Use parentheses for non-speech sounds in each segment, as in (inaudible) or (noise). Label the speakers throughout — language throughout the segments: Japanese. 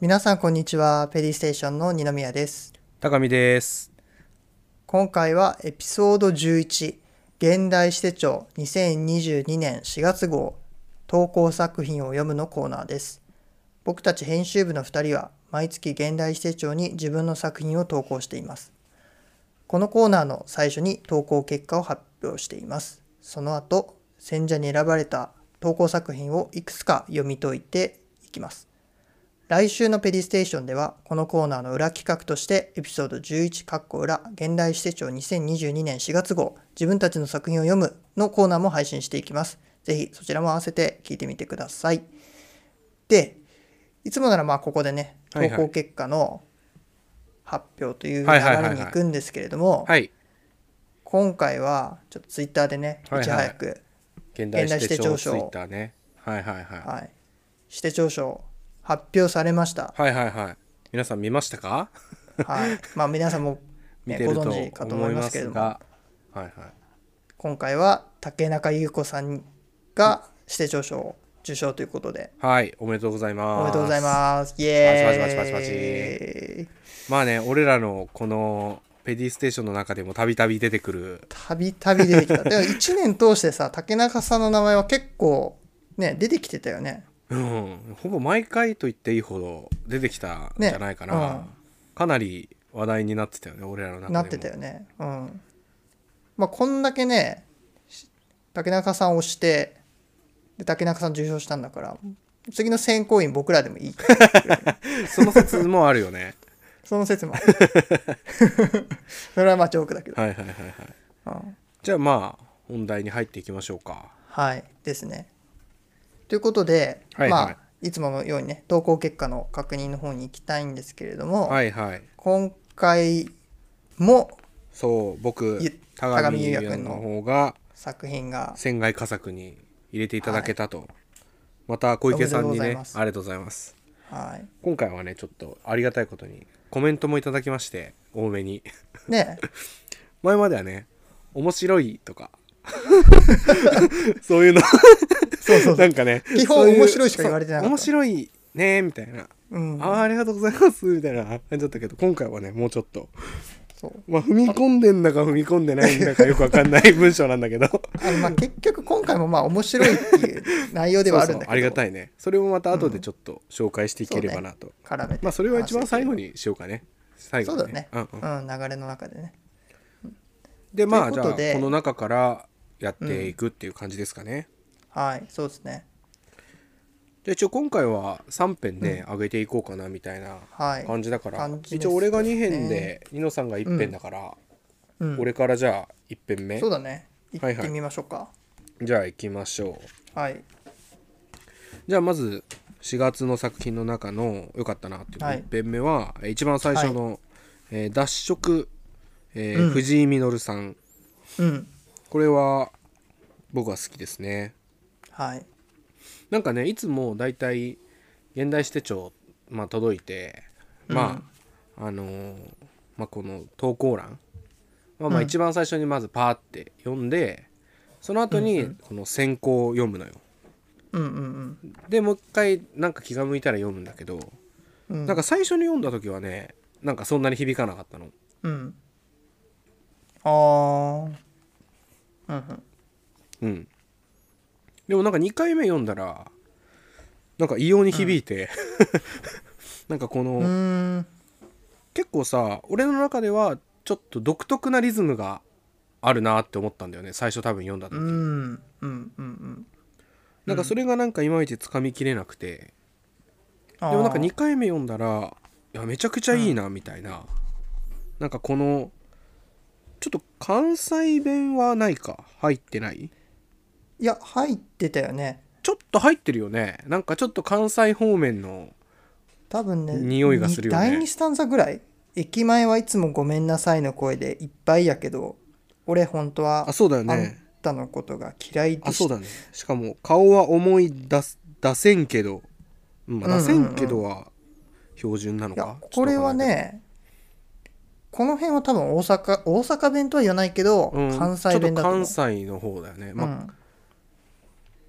Speaker 1: 皆さんこんにちは。ペリーステーションの二宮です。
Speaker 2: 高見です。
Speaker 1: 今回はエピソード11現代史手帳2022年4月号投稿作品を読むのコーナーです僕たち編集部の2人は毎月現代史手帳に自分の作品を投稿していますこのコーナーの最初に投稿結果を発表していますその後選者に選ばれた投稿作品をいくつか読み解いていきます来週のペリステーションではこのコーナーの裏企画としてエピソード11かっこ裏現代史手帳2022年4月号自分たちの作品を読むのコーナーも配信していきます。ぜひそちらも合わせて聞いてみてください。で、いつもならまあここでね、投
Speaker 2: はいはい
Speaker 1: 稿結果の発表という流
Speaker 2: はいはいはいはい
Speaker 1: れに行くんですけれども、
Speaker 2: はい。
Speaker 1: 今回はちょっとツイッターでね、
Speaker 2: はいはい
Speaker 1: いち早く、
Speaker 2: 現代
Speaker 1: 現代
Speaker 2: 史手帳
Speaker 1: 史手帳
Speaker 2: ツイ
Speaker 1: 賞
Speaker 2: ッターね。はいはいは
Speaker 1: はい、指定長所発表されました。
Speaker 2: い。はいはいはい。皆さん見ましたか？ (laughs)
Speaker 1: はい、まあ皆さんも、
Speaker 2: 見
Speaker 1: ね、
Speaker 2: て
Speaker 1: ご
Speaker 2: ると
Speaker 1: 存
Speaker 2: 思
Speaker 1: 知かと思い
Speaker 2: い
Speaker 1: ま
Speaker 2: ます
Speaker 1: けれ
Speaker 2: す
Speaker 1: ど
Speaker 2: が、
Speaker 1: も
Speaker 2: はいはい。
Speaker 1: 今回は竹中優子さんが指定長賞を受賞ということで
Speaker 2: はい、おめでとうございます。
Speaker 1: おめでとうございますイエーイ
Speaker 2: パチパチパチパチ
Speaker 1: チ
Speaker 2: す。まあね、俺らのこのペディステーションの中でもたびたび出てくる。
Speaker 1: たびたび出てきたでも1年通してさ竹中さんの名前は結構ね出てきてたよね
Speaker 2: うん、ほぼ毎回と言っていいほど出てきたんじゃないかな。
Speaker 1: ね
Speaker 2: かなり話題になってたよね、俺らの中でも。
Speaker 1: なってたよねうんまあこんだけねし竹中さんを推してで竹中さん受賞したんだから次の選考委員僕らでもい
Speaker 2: (laughs)
Speaker 1: い
Speaker 2: その説もあるよね。
Speaker 1: その説もある (laughs) それはまあジョークだけど、
Speaker 2: はいはいはいはい。
Speaker 1: (laughs) うん
Speaker 2: じゃあまあ本題に入っていきましょうか。
Speaker 1: はい、ですね。ということで、
Speaker 2: はい
Speaker 1: ま
Speaker 2: はい
Speaker 1: あ、いつものようにね、投稿結果の確認の方に行きたいんですけれども、
Speaker 2: はいはい。
Speaker 1: 今回も
Speaker 2: そう僕
Speaker 1: ゆ田
Speaker 2: 田
Speaker 1: 上
Speaker 2: 上
Speaker 1: 優
Speaker 2: 優
Speaker 1: 也
Speaker 2: 也
Speaker 1: 君
Speaker 2: 君
Speaker 1: の
Speaker 2: の方が
Speaker 1: 作品が、
Speaker 2: 仙外佳作に入れていただけたと、また小池さんに
Speaker 1: おめでとうござい
Speaker 2: ね
Speaker 1: ます
Speaker 2: ありがとうございます
Speaker 1: はい、
Speaker 2: 今回はねちょっとありがたいことにコメントもいただきまして多めに (laughs)
Speaker 1: ね、
Speaker 2: 前まではね面白いとか (laughs) そういうの
Speaker 1: そうそう
Speaker 2: (laughs)
Speaker 1: そ
Speaker 2: な
Speaker 1: うん
Speaker 2: かね
Speaker 1: 基本
Speaker 2: そうう
Speaker 1: 面白いしか言われてなかった
Speaker 2: そう面白いねみたいな、
Speaker 1: うん、
Speaker 2: あーありがとうございますみたいな感じだったけど今回はねもうちょっと
Speaker 1: そう。
Speaker 2: まあ踏み込んでんだか踏み込んでないんだかよくわかんない文章なんだけど
Speaker 1: あのまあ、結局今回もまあ面白いっていう内容ではあるんだけど
Speaker 2: そうそうありがたいねそれもまた後でちょっと紹介していければなと、
Speaker 1: 絡めて
Speaker 2: まあそれは一番最後
Speaker 1: に、
Speaker 2: にしようかね最後
Speaker 1: そう
Speaker 2: に
Speaker 1: だね、
Speaker 2: うんうん
Speaker 1: うん、流れの中でね
Speaker 2: でまあ
Speaker 1: と
Speaker 2: じ
Speaker 1: いう
Speaker 2: ゃ
Speaker 1: こ
Speaker 2: あ
Speaker 1: とで
Speaker 2: この中からやっていくっていう感じですかね、
Speaker 1: はいそうですね
Speaker 2: で一応今回は3編ね、上げていこうかなみたいな
Speaker 1: はい
Speaker 2: 感じだから、
Speaker 1: 感じです
Speaker 2: 一応俺が2編でニノさんが1編だから、
Speaker 1: うん
Speaker 2: 俺からじゃあ1編目
Speaker 1: そうだね行
Speaker 2: はい
Speaker 1: ってみましょうか
Speaker 2: じゃあ行きましょう
Speaker 1: はい
Speaker 2: じゃあまず4月の作品の中の良かったなっていう
Speaker 1: はい
Speaker 2: 1編目は、えー一番最初の、えー脱色、えー藤井実さん
Speaker 1: うん
Speaker 2: これは僕は好きですね
Speaker 1: はい
Speaker 2: なんかねいつもだいたい現代史手帳、まあ、届いてまあ、あのーまあ、この投稿欄、まあ、まあ一番最初にまずパーって読んで、その後にこの選考を読むのよ、
Speaker 1: うんうん
Speaker 2: でもう一回なんか気が向いたら読むんだけど、
Speaker 1: うんうん
Speaker 2: なんか最初に読んだ時はねなんかそんなに響かなかったの
Speaker 1: うん。ああ。うんうん。
Speaker 2: うんでもなんか2回目読んだらなんか異様に響いて、 (laughs) なんかこの、
Speaker 1: うーん。
Speaker 2: 結構さ俺の中ではちょっと独特なリズムがあるなって思ったんだよね最初多分読んだ時、
Speaker 1: うん。うん。うん。うん。
Speaker 2: なんかそれがなんかいまいちつかみきれなくて、
Speaker 1: あー
Speaker 2: でもなんか2回目読んだらいやめちゃくちゃいいなみたいな、なんかこのちょっと関西弁はないか入ってない
Speaker 1: いや、入ってたよね。
Speaker 2: ちょっと入ってるよねなんかちょっと関西方面の
Speaker 1: 多分ね。
Speaker 2: 匂いがするよね
Speaker 1: に第2スタンザぐらい。駅前はいつもごめんなさいの声でいっぱいやけど、俺本当は
Speaker 2: あそうだよ
Speaker 1: あ
Speaker 2: ね
Speaker 1: んたのことが嫌いで
Speaker 2: あ
Speaker 1: し
Speaker 2: そう
Speaker 1: た。
Speaker 2: だねしかも顔は思い出す出せんけど、うんまあ、出せんけどは標準なの
Speaker 1: いや
Speaker 2: か、
Speaker 1: これはね、この辺は多分大阪、大阪弁とは言わないけど、
Speaker 2: ちょっとわかんないけど、う
Speaker 1: 関
Speaker 2: ん
Speaker 1: 西弁だと
Speaker 2: ちょっと
Speaker 1: 思う。
Speaker 2: 関西の方だよね、まあ
Speaker 1: うん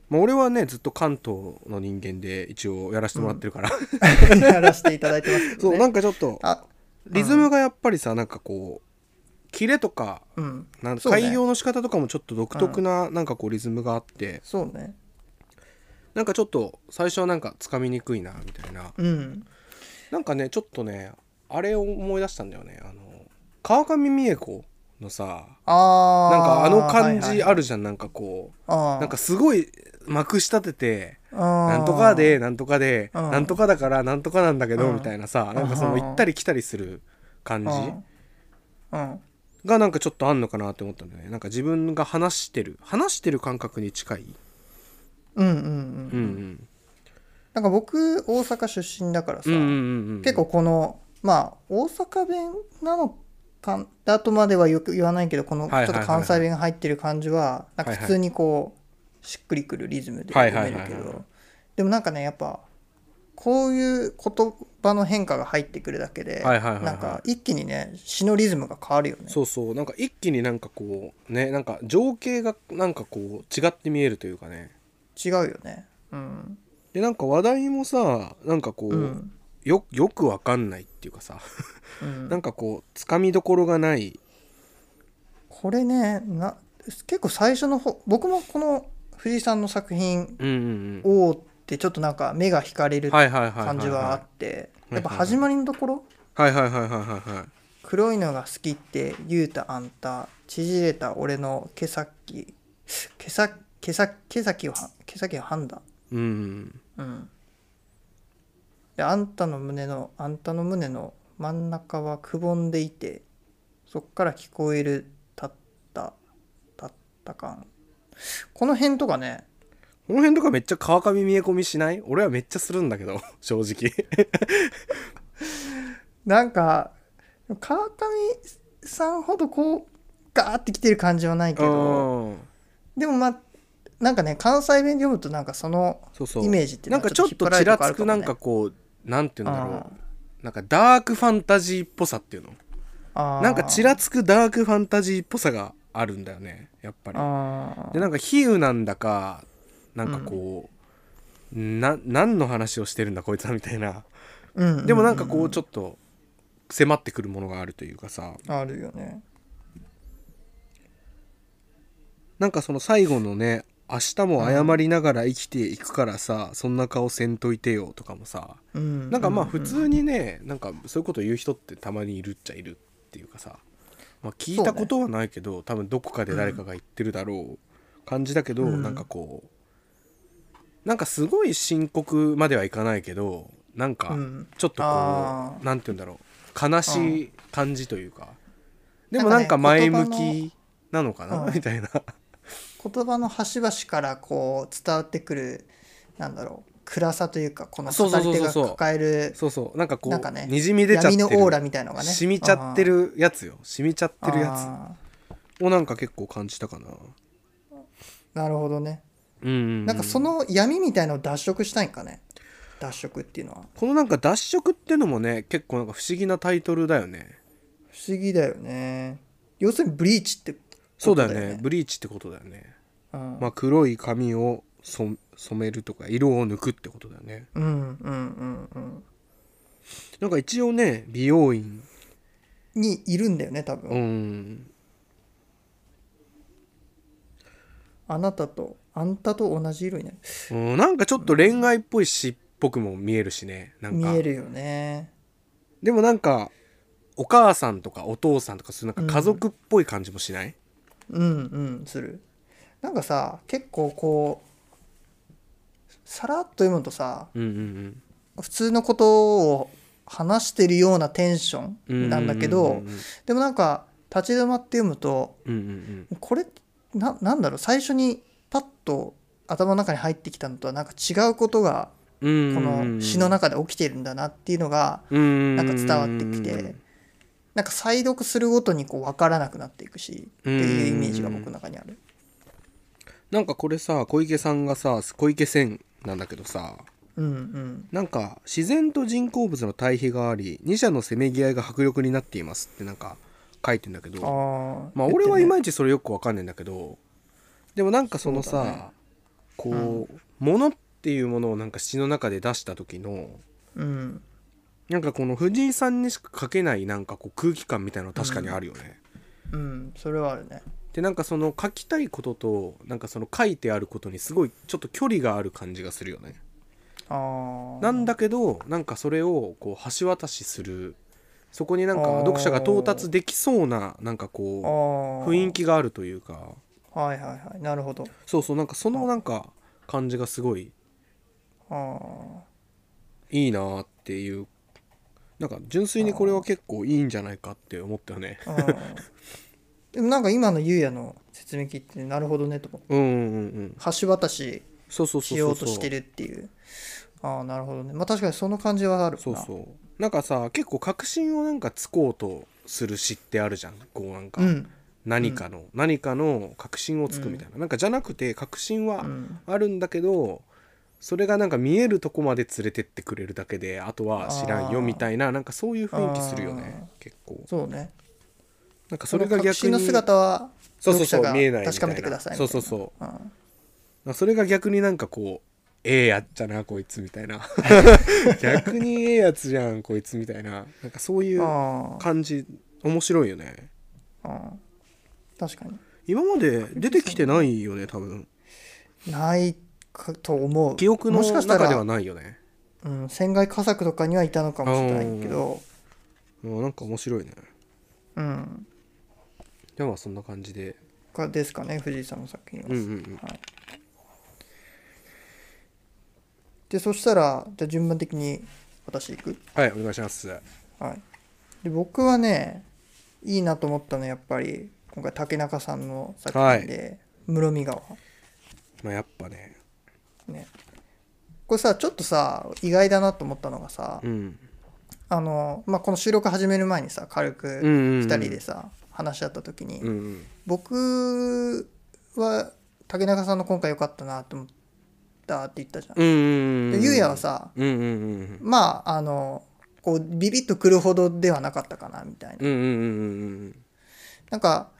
Speaker 2: まあ、俺はねずっと関東の人間で一応やらせてもらってるから、
Speaker 1: (laughs) やらせていただいてますけど
Speaker 2: そう
Speaker 1: ね。
Speaker 2: なんかちょっと
Speaker 1: あ、
Speaker 2: リズムがやっぱりさなんかこうキレとか
Speaker 1: うん。
Speaker 2: なん
Speaker 1: そうね
Speaker 2: 開業の仕方とかもちょっと独特ななんかこうリズムがあって
Speaker 1: そうね。
Speaker 2: なんかちょっと最初はなんかつかみにくいなみたいな
Speaker 1: うん。
Speaker 2: なんかねちょっとねあれを思い出したんだよねあの川上美恵子のさ
Speaker 1: あ
Speaker 2: なんかあ
Speaker 1: あ。
Speaker 2: の感
Speaker 1: はい
Speaker 2: じ
Speaker 1: はい
Speaker 2: あるじゃんなんかこ
Speaker 1: あ
Speaker 2: う
Speaker 1: ー
Speaker 2: なんかすごいまくし立てて
Speaker 1: な
Speaker 2: なんとかでなんとかで
Speaker 1: うん
Speaker 2: なんとかだからなんとかなんだけど
Speaker 1: うん
Speaker 2: みたいなさなんかそうの
Speaker 1: ん
Speaker 2: 行ったり来たりする感じ
Speaker 1: うん。
Speaker 2: がなんかちょっとあんのかなって思ったんだよねなんか自分が話してる話してる感覚に近い
Speaker 1: うんうんうん
Speaker 2: う。ん
Speaker 1: なんか僕大阪出身だから
Speaker 2: う
Speaker 1: さ、
Speaker 2: んうんうんうん
Speaker 1: 結構このまあ大阪弁なのかだとまではよく言わないけどこのちょ
Speaker 2: はい
Speaker 1: っ
Speaker 2: は
Speaker 1: と
Speaker 2: いはいはい
Speaker 1: 関西弁が入ってる感じはなんか普通にこうしっくりくるリズムで
Speaker 2: はい
Speaker 1: 読
Speaker 2: は
Speaker 1: め
Speaker 2: いはい
Speaker 1: る
Speaker 2: はい
Speaker 1: けどでもなんかねやっぱこういう言葉の変化が入ってくるだけで
Speaker 2: はいはいはいはい
Speaker 1: なんか一気にね詩のリズムが変わるよね。
Speaker 2: そうそうなんか一気になんかこうねなんか情景がなんかこう違って見えるというかね
Speaker 1: 違うよね。うん。
Speaker 2: でなんか話題もさなんかこう、
Speaker 1: うん。
Speaker 2: よよくわかんないっていうかさ、
Speaker 1: うん
Speaker 2: なんかこうつかみどころがない
Speaker 1: これねな結構最初の方僕もこの藤井さんの作品
Speaker 2: うんうんうん
Speaker 1: をってちょっとなんか目が惹かれる
Speaker 2: はいはいはいはい
Speaker 1: 感じはあって
Speaker 2: い
Speaker 1: やっぱ始まりのところ
Speaker 2: はいはいはいはいはいはい
Speaker 1: 「黒いのが好きって言うたあんた縮れた俺の毛先毛先毛先毛先をは毛先をはんだ」
Speaker 2: うんうん
Speaker 1: うんで「あんたの胸のあんたの胸の真ん中はくぼんでいてそっから聞こえるたったたった感」この辺とかね
Speaker 2: この辺とかめっちゃ川上見え込みしない俺はめっちゃするんだけど (laughs) 正直
Speaker 1: なんか川上さんほどこうガーってきてる感じはないけ
Speaker 2: う
Speaker 1: ど
Speaker 2: ん
Speaker 1: でもまあなんかね関西弁で読むとなんかその
Speaker 2: そうそう
Speaker 1: イメージって
Speaker 2: なんかちょっとちらつくなんか
Speaker 1: こ
Speaker 2: こうなんて言うんだろうなんかダークファンタジーっぽさっていうのなんかちらつくダークファンタジーっぽさがあるんだよねやっぱりでなんか比喩なんだかなんかこう、な何の話をしてるんだこいつはみたいなでもなんかこうちょっと迫ってくるものがあるというかさ
Speaker 1: あるよね
Speaker 2: なんかその最後のね「明日も謝りながら生きていくからさ、そんな顔せんといてよ」とかもさ
Speaker 1: うん
Speaker 2: なんかまあ
Speaker 1: う
Speaker 2: 普通にねなんかそういうこと言う人ってたまにいるっちゃいるっていうかさ、まあ、聞いたことはないけど、多分どこかで誰かが言ってるだろう感じだけど、
Speaker 1: うん
Speaker 2: なんかこうなんかすごい深刻まではいかないけどなんか
Speaker 1: うん
Speaker 2: ちょっとこう、
Speaker 1: あー
Speaker 2: なんて言うんだろう悲しい感じというか、でも
Speaker 1: な
Speaker 2: なんん
Speaker 1: か
Speaker 2: か
Speaker 1: ね
Speaker 2: 前向きなのかな
Speaker 1: うん
Speaker 2: みたいな。
Speaker 1: 言葉の端々からこう伝わってくるなんだろう暗さというかこの
Speaker 2: そうそ
Speaker 1: 語
Speaker 2: うそ
Speaker 1: り
Speaker 2: うそ
Speaker 1: 手
Speaker 2: う
Speaker 1: が抱える
Speaker 2: そうそうなんかこう
Speaker 1: なんかね
Speaker 2: にじみ出ちゃってる
Speaker 1: 闇のオーラみたいのがね
Speaker 2: 染みちゃってるやつよ染みちゃってるや
Speaker 1: あ
Speaker 2: つをなんか結構感じたかな
Speaker 1: ーなるほどね
Speaker 2: うんうんうん
Speaker 1: なんかその闇みたいのを脱色したいんかね脱色っていうのは
Speaker 2: このなんか脱色っていうのもね結構なんか不思議なタイトルだよね
Speaker 1: 不思議だよね要するにブリーチって
Speaker 2: そ
Speaker 1: こ
Speaker 2: うだ
Speaker 1: と
Speaker 2: よねブリーチってことだよね、
Speaker 1: うん
Speaker 2: まあ黒い髪を染染めるとか色を抜くってことだよね
Speaker 1: うんうんうんうん
Speaker 2: なんか一応ね美容院
Speaker 1: にいるんだよね多分、
Speaker 2: うん
Speaker 1: あなたとあんたと同じ色になる
Speaker 2: うんなんかちょっと恋愛っぽい詩っぽくも見えるしねなん
Speaker 1: 見
Speaker 2: か
Speaker 1: えるよね
Speaker 2: でもなんかお母さんとかお父さんとかそういうなんか家族っぽい感じもしない、
Speaker 1: うんうんするなんかさ結構こうさらっと読むとさ
Speaker 2: うんうん
Speaker 1: 普通のことを話してるようなテンショ
Speaker 2: うん、
Speaker 1: ンなんだけど、
Speaker 2: うん
Speaker 1: でもなんか立ち止まって読むと
Speaker 2: うんうん
Speaker 1: これななんだろう最初にパッと頭の中に入ってきたのとはなんか違うことが
Speaker 2: うんうん、
Speaker 1: この詩の
Speaker 2: 中
Speaker 1: 中で起きてるんだなっていうのが
Speaker 2: な
Speaker 1: なんか伝わってきてなんか再読するごとにこう分からなくなっていくしっていうイメージが僕の中にある。
Speaker 2: なんかこれさ小池さんがさ小池千なんだけどさ
Speaker 1: うんうん
Speaker 2: なんか自然と人工物の対比があり二者のせめぎ合いが迫力になっていますってなんか書いてんだけど
Speaker 1: あー
Speaker 2: ま
Speaker 1: 言
Speaker 2: あ
Speaker 1: って
Speaker 2: 俺
Speaker 1: ね
Speaker 2: はいまいちそれよくわかんないんだけどでもなんかその
Speaker 1: そ
Speaker 2: さ
Speaker 1: うだね
Speaker 2: こう、ものっていうものをなんか詩の中で出した時の
Speaker 1: うん
Speaker 2: なんかこの藤井さんにしか書けないなんかこう空気感みたいなのは確かにあるよね。
Speaker 1: うんそれはあるね
Speaker 2: でなんかその書きたいこととなんかその書いてあることにすごいちょっと距離がある感じがするよね。
Speaker 1: ああ
Speaker 2: なんだけどなんかそれをこう橋渡しするそこになん
Speaker 1: あ
Speaker 2: か
Speaker 1: ー
Speaker 2: 読者が到達できそうななんか
Speaker 1: あ
Speaker 2: こう
Speaker 1: ー
Speaker 2: 雰囲気があるというか
Speaker 1: はいはいはいなるほど
Speaker 2: そうそうなんかそのなんか感じがすごい
Speaker 1: あ
Speaker 2: いいなーっていうなんか純粋にこれは結構いいんじゃないかって思ったよね。
Speaker 1: あでもなんか今のゆうやの説明聞いてなるほどねと思って
Speaker 2: うんうんうんうん
Speaker 1: 橋渡し
Speaker 2: そうそうそうそ
Speaker 1: し
Speaker 2: う
Speaker 1: ようとしてるっていうああなるほどねまあ確かにその感じはあるな
Speaker 2: そうそうなんかさ結構確信をなんかつこうとする詩ってあるじゃんこうなんか
Speaker 1: うん
Speaker 2: 何かの、何かの確信をつくみたいな、なんかじゃなくて確信は
Speaker 1: うん
Speaker 2: あるんだけどそれがなんか見えるとこまで連れてってくれるだけであとは知らんよ
Speaker 1: あー
Speaker 2: みたいななんかそういう雰囲気するよね結構
Speaker 1: そうね
Speaker 2: なんかそ
Speaker 1: そ
Speaker 2: れ
Speaker 1: れ
Speaker 2: が
Speaker 1: が
Speaker 2: 逆
Speaker 1: 逆
Speaker 2: に
Speaker 1: の姿は
Speaker 2: そうそ
Speaker 1: 読
Speaker 2: うそ
Speaker 1: 者
Speaker 2: う
Speaker 1: が
Speaker 2: 見えないみたいな
Speaker 1: 確かめてくださいみたいな
Speaker 2: そうそうそう
Speaker 1: うん
Speaker 2: なんかそれが逆になんかこうええやっちゃなこいつみたいな (laughs) 逆にええやつじゃんこいつみたいななんかそういう
Speaker 1: あ
Speaker 2: 感じ面白いよね
Speaker 1: あうん確かに
Speaker 2: 今まで出てきてないよね多分
Speaker 1: ないかと思う
Speaker 2: 記憶の
Speaker 1: もしかした
Speaker 2: 中では
Speaker 1: ら、
Speaker 2: ないよね
Speaker 1: うん、船外佳作とかにはいたのかもしれないけど
Speaker 2: うんなんか面白いね
Speaker 1: うん
Speaker 2: でもそんな感じで
Speaker 1: かですかね藤井さんの作品は、
Speaker 2: うんうんうん
Speaker 1: でそしたらじゃあ順番的に私いく
Speaker 2: はいお願いします
Speaker 1: はいで僕はねいいなと思ったのはやっぱり今回竹中さんの作品で「室見川
Speaker 2: まあやっぱね」
Speaker 1: ねこれさちょっとさ意外だなと思ったのがさ、
Speaker 2: うん
Speaker 1: あの、まあ、この収録始める前にさ軽く
Speaker 2: うんうんうん
Speaker 1: 2人でさ、話し合った時に、
Speaker 2: うんうん
Speaker 1: 僕は竹中さんの今回良かったなと思ったって言ったじゃん。
Speaker 2: うんうん
Speaker 1: で
Speaker 2: うん
Speaker 1: ゆうやはさ
Speaker 2: うんうんうん
Speaker 1: まああのこうビビッとくるほどではなかったかなみたいな。
Speaker 2: うんうんうん
Speaker 1: なんか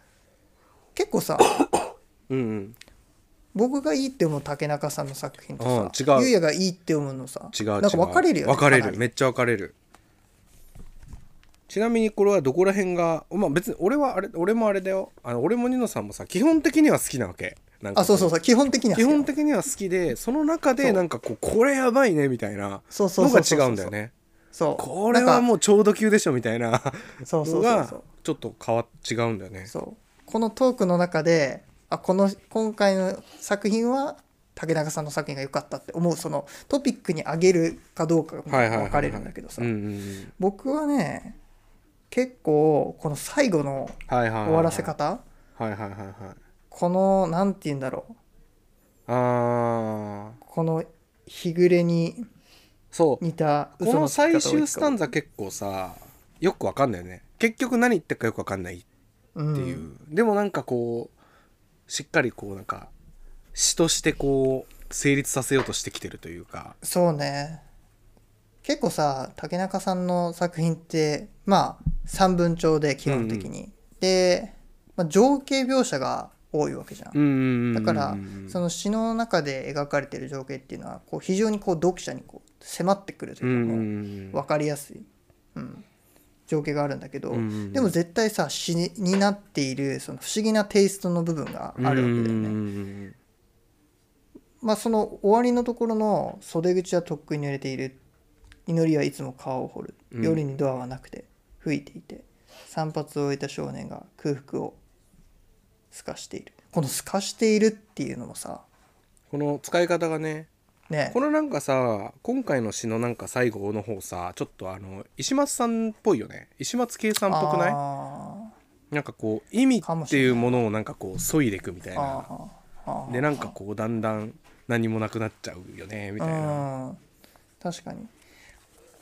Speaker 1: 結構
Speaker 2: (coughs)
Speaker 1: さ
Speaker 2: うんうんうん
Speaker 1: 僕がいいって思う竹中さんの作品とさ
Speaker 2: ああ違う
Speaker 1: ゆうやがいいって思うのさ
Speaker 2: 違う違う
Speaker 1: なんか分かれるよね
Speaker 2: 分かれ
Speaker 1: かな
Speaker 2: る
Speaker 1: り
Speaker 2: めっちゃ分かれるちなみにこれはどこら辺がまあ別に俺はあれ俺もあれだよあの俺もニノさんもさ基本的には好きなわけなんか
Speaker 1: あそうそうそう基本的には
Speaker 2: 基本
Speaker 1: 的
Speaker 2: 的には好きでその中でなんかこうこれやばいねみたいな
Speaker 1: そうそう
Speaker 2: の
Speaker 1: そ
Speaker 2: が
Speaker 1: うそう
Speaker 2: 違うんだよね
Speaker 1: そう
Speaker 2: これは
Speaker 1: なんか
Speaker 2: もうちょうど級でしょみたいな
Speaker 1: そうそ
Speaker 2: の
Speaker 1: うそう
Speaker 2: が
Speaker 1: そう
Speaker 2: ちょっと変わ違うんだよね
Speaker 1: そうこのトークの中であこの今回の作品は竹中さんの作品が良かったって思うそのトピックに挙げるかどうかが
Speaker 2: はいはいはいはい
Speaker 1: 分かれるんだけどさ
Speaker 2: うんうんうん
Speaker 1: 僕はね結構この最後の
Speaker 2: はいはいはいはい
Speaker 1: 終わらせ方、
Speaker 2: はいはいはいはい
Speaker 1: このなんて言うんだろう
Speaker 2: あー
Speaker 1: この日暮れに
Speaker 2: そう
Speaker 1: 似た
Speaker 2: この
Speaker 1: 嘘
Speaker 2: 最
Speaker 1: つき方をい
Speaker 2: 終
Speaker 1: つ
Speaker 2: ス
Speaker 1: か
Speaker 2: タンザ結構さよくわかんないよね結局何言ってるかよくわかんないっ
Speaker 1: うん
Speaker 2: ていう、でもなんかこうしっかりこうなんか詩としてこう成立させようとしてきてるというか
Speaker 1: そうね結構さ竹中さんの作品ってまあ三文帳で基本的に、で、まあ、情景描写が多いわけじゃん、
Speaker 2: うんうんうんうん
Speaker 1: だからその詩の中で描かれてる情景っていうのはこう非常にこう読者にこう迫ってくると
Speaker 2: う
Speaker 1: い
Speaker 2: ん
Speaker 1: うか、も
Speaker 2: う
Speaker 1: うん分かりやすい、うん、情景があるんだけど、
Speaker 2: うんうん
Speaker 1: でも絶対さ詩になっているその不思議なテイストの部分があるわけだよね、
Speaker 2: ね
Speaker 1: まあ、その終わりのところの袖口はとっくに濡れている祈りはいつも川を掘る
Speaker 2: うん
Speaker 1: 夜にドアはなくて吹いていて散髪を終えた少年が空腹を透かしているこの透かしているっていうのもさ
Speaker 2: この使い方がね
Speaker 1: ね
Speaker 2: このなんかさ今回の詩のなんか最後の方さちょっとあの石松さんっぽいよね石松圭さんっぽくない
Speaker 1: あ
Speaker 2: なんかこう意味
Speaker 1: かも
Speaker 2: っ
Speaker 1: してれない
Speaker 2: いうものをなんかこう削いでいくみたい
Speaker 1: ーあ
Speaker 2: な
Speaker 1: ーあー
Speaker 2: でなんかこうだんだん何もなくなっちゃうよねみたいな
Speaker 1: うん確かに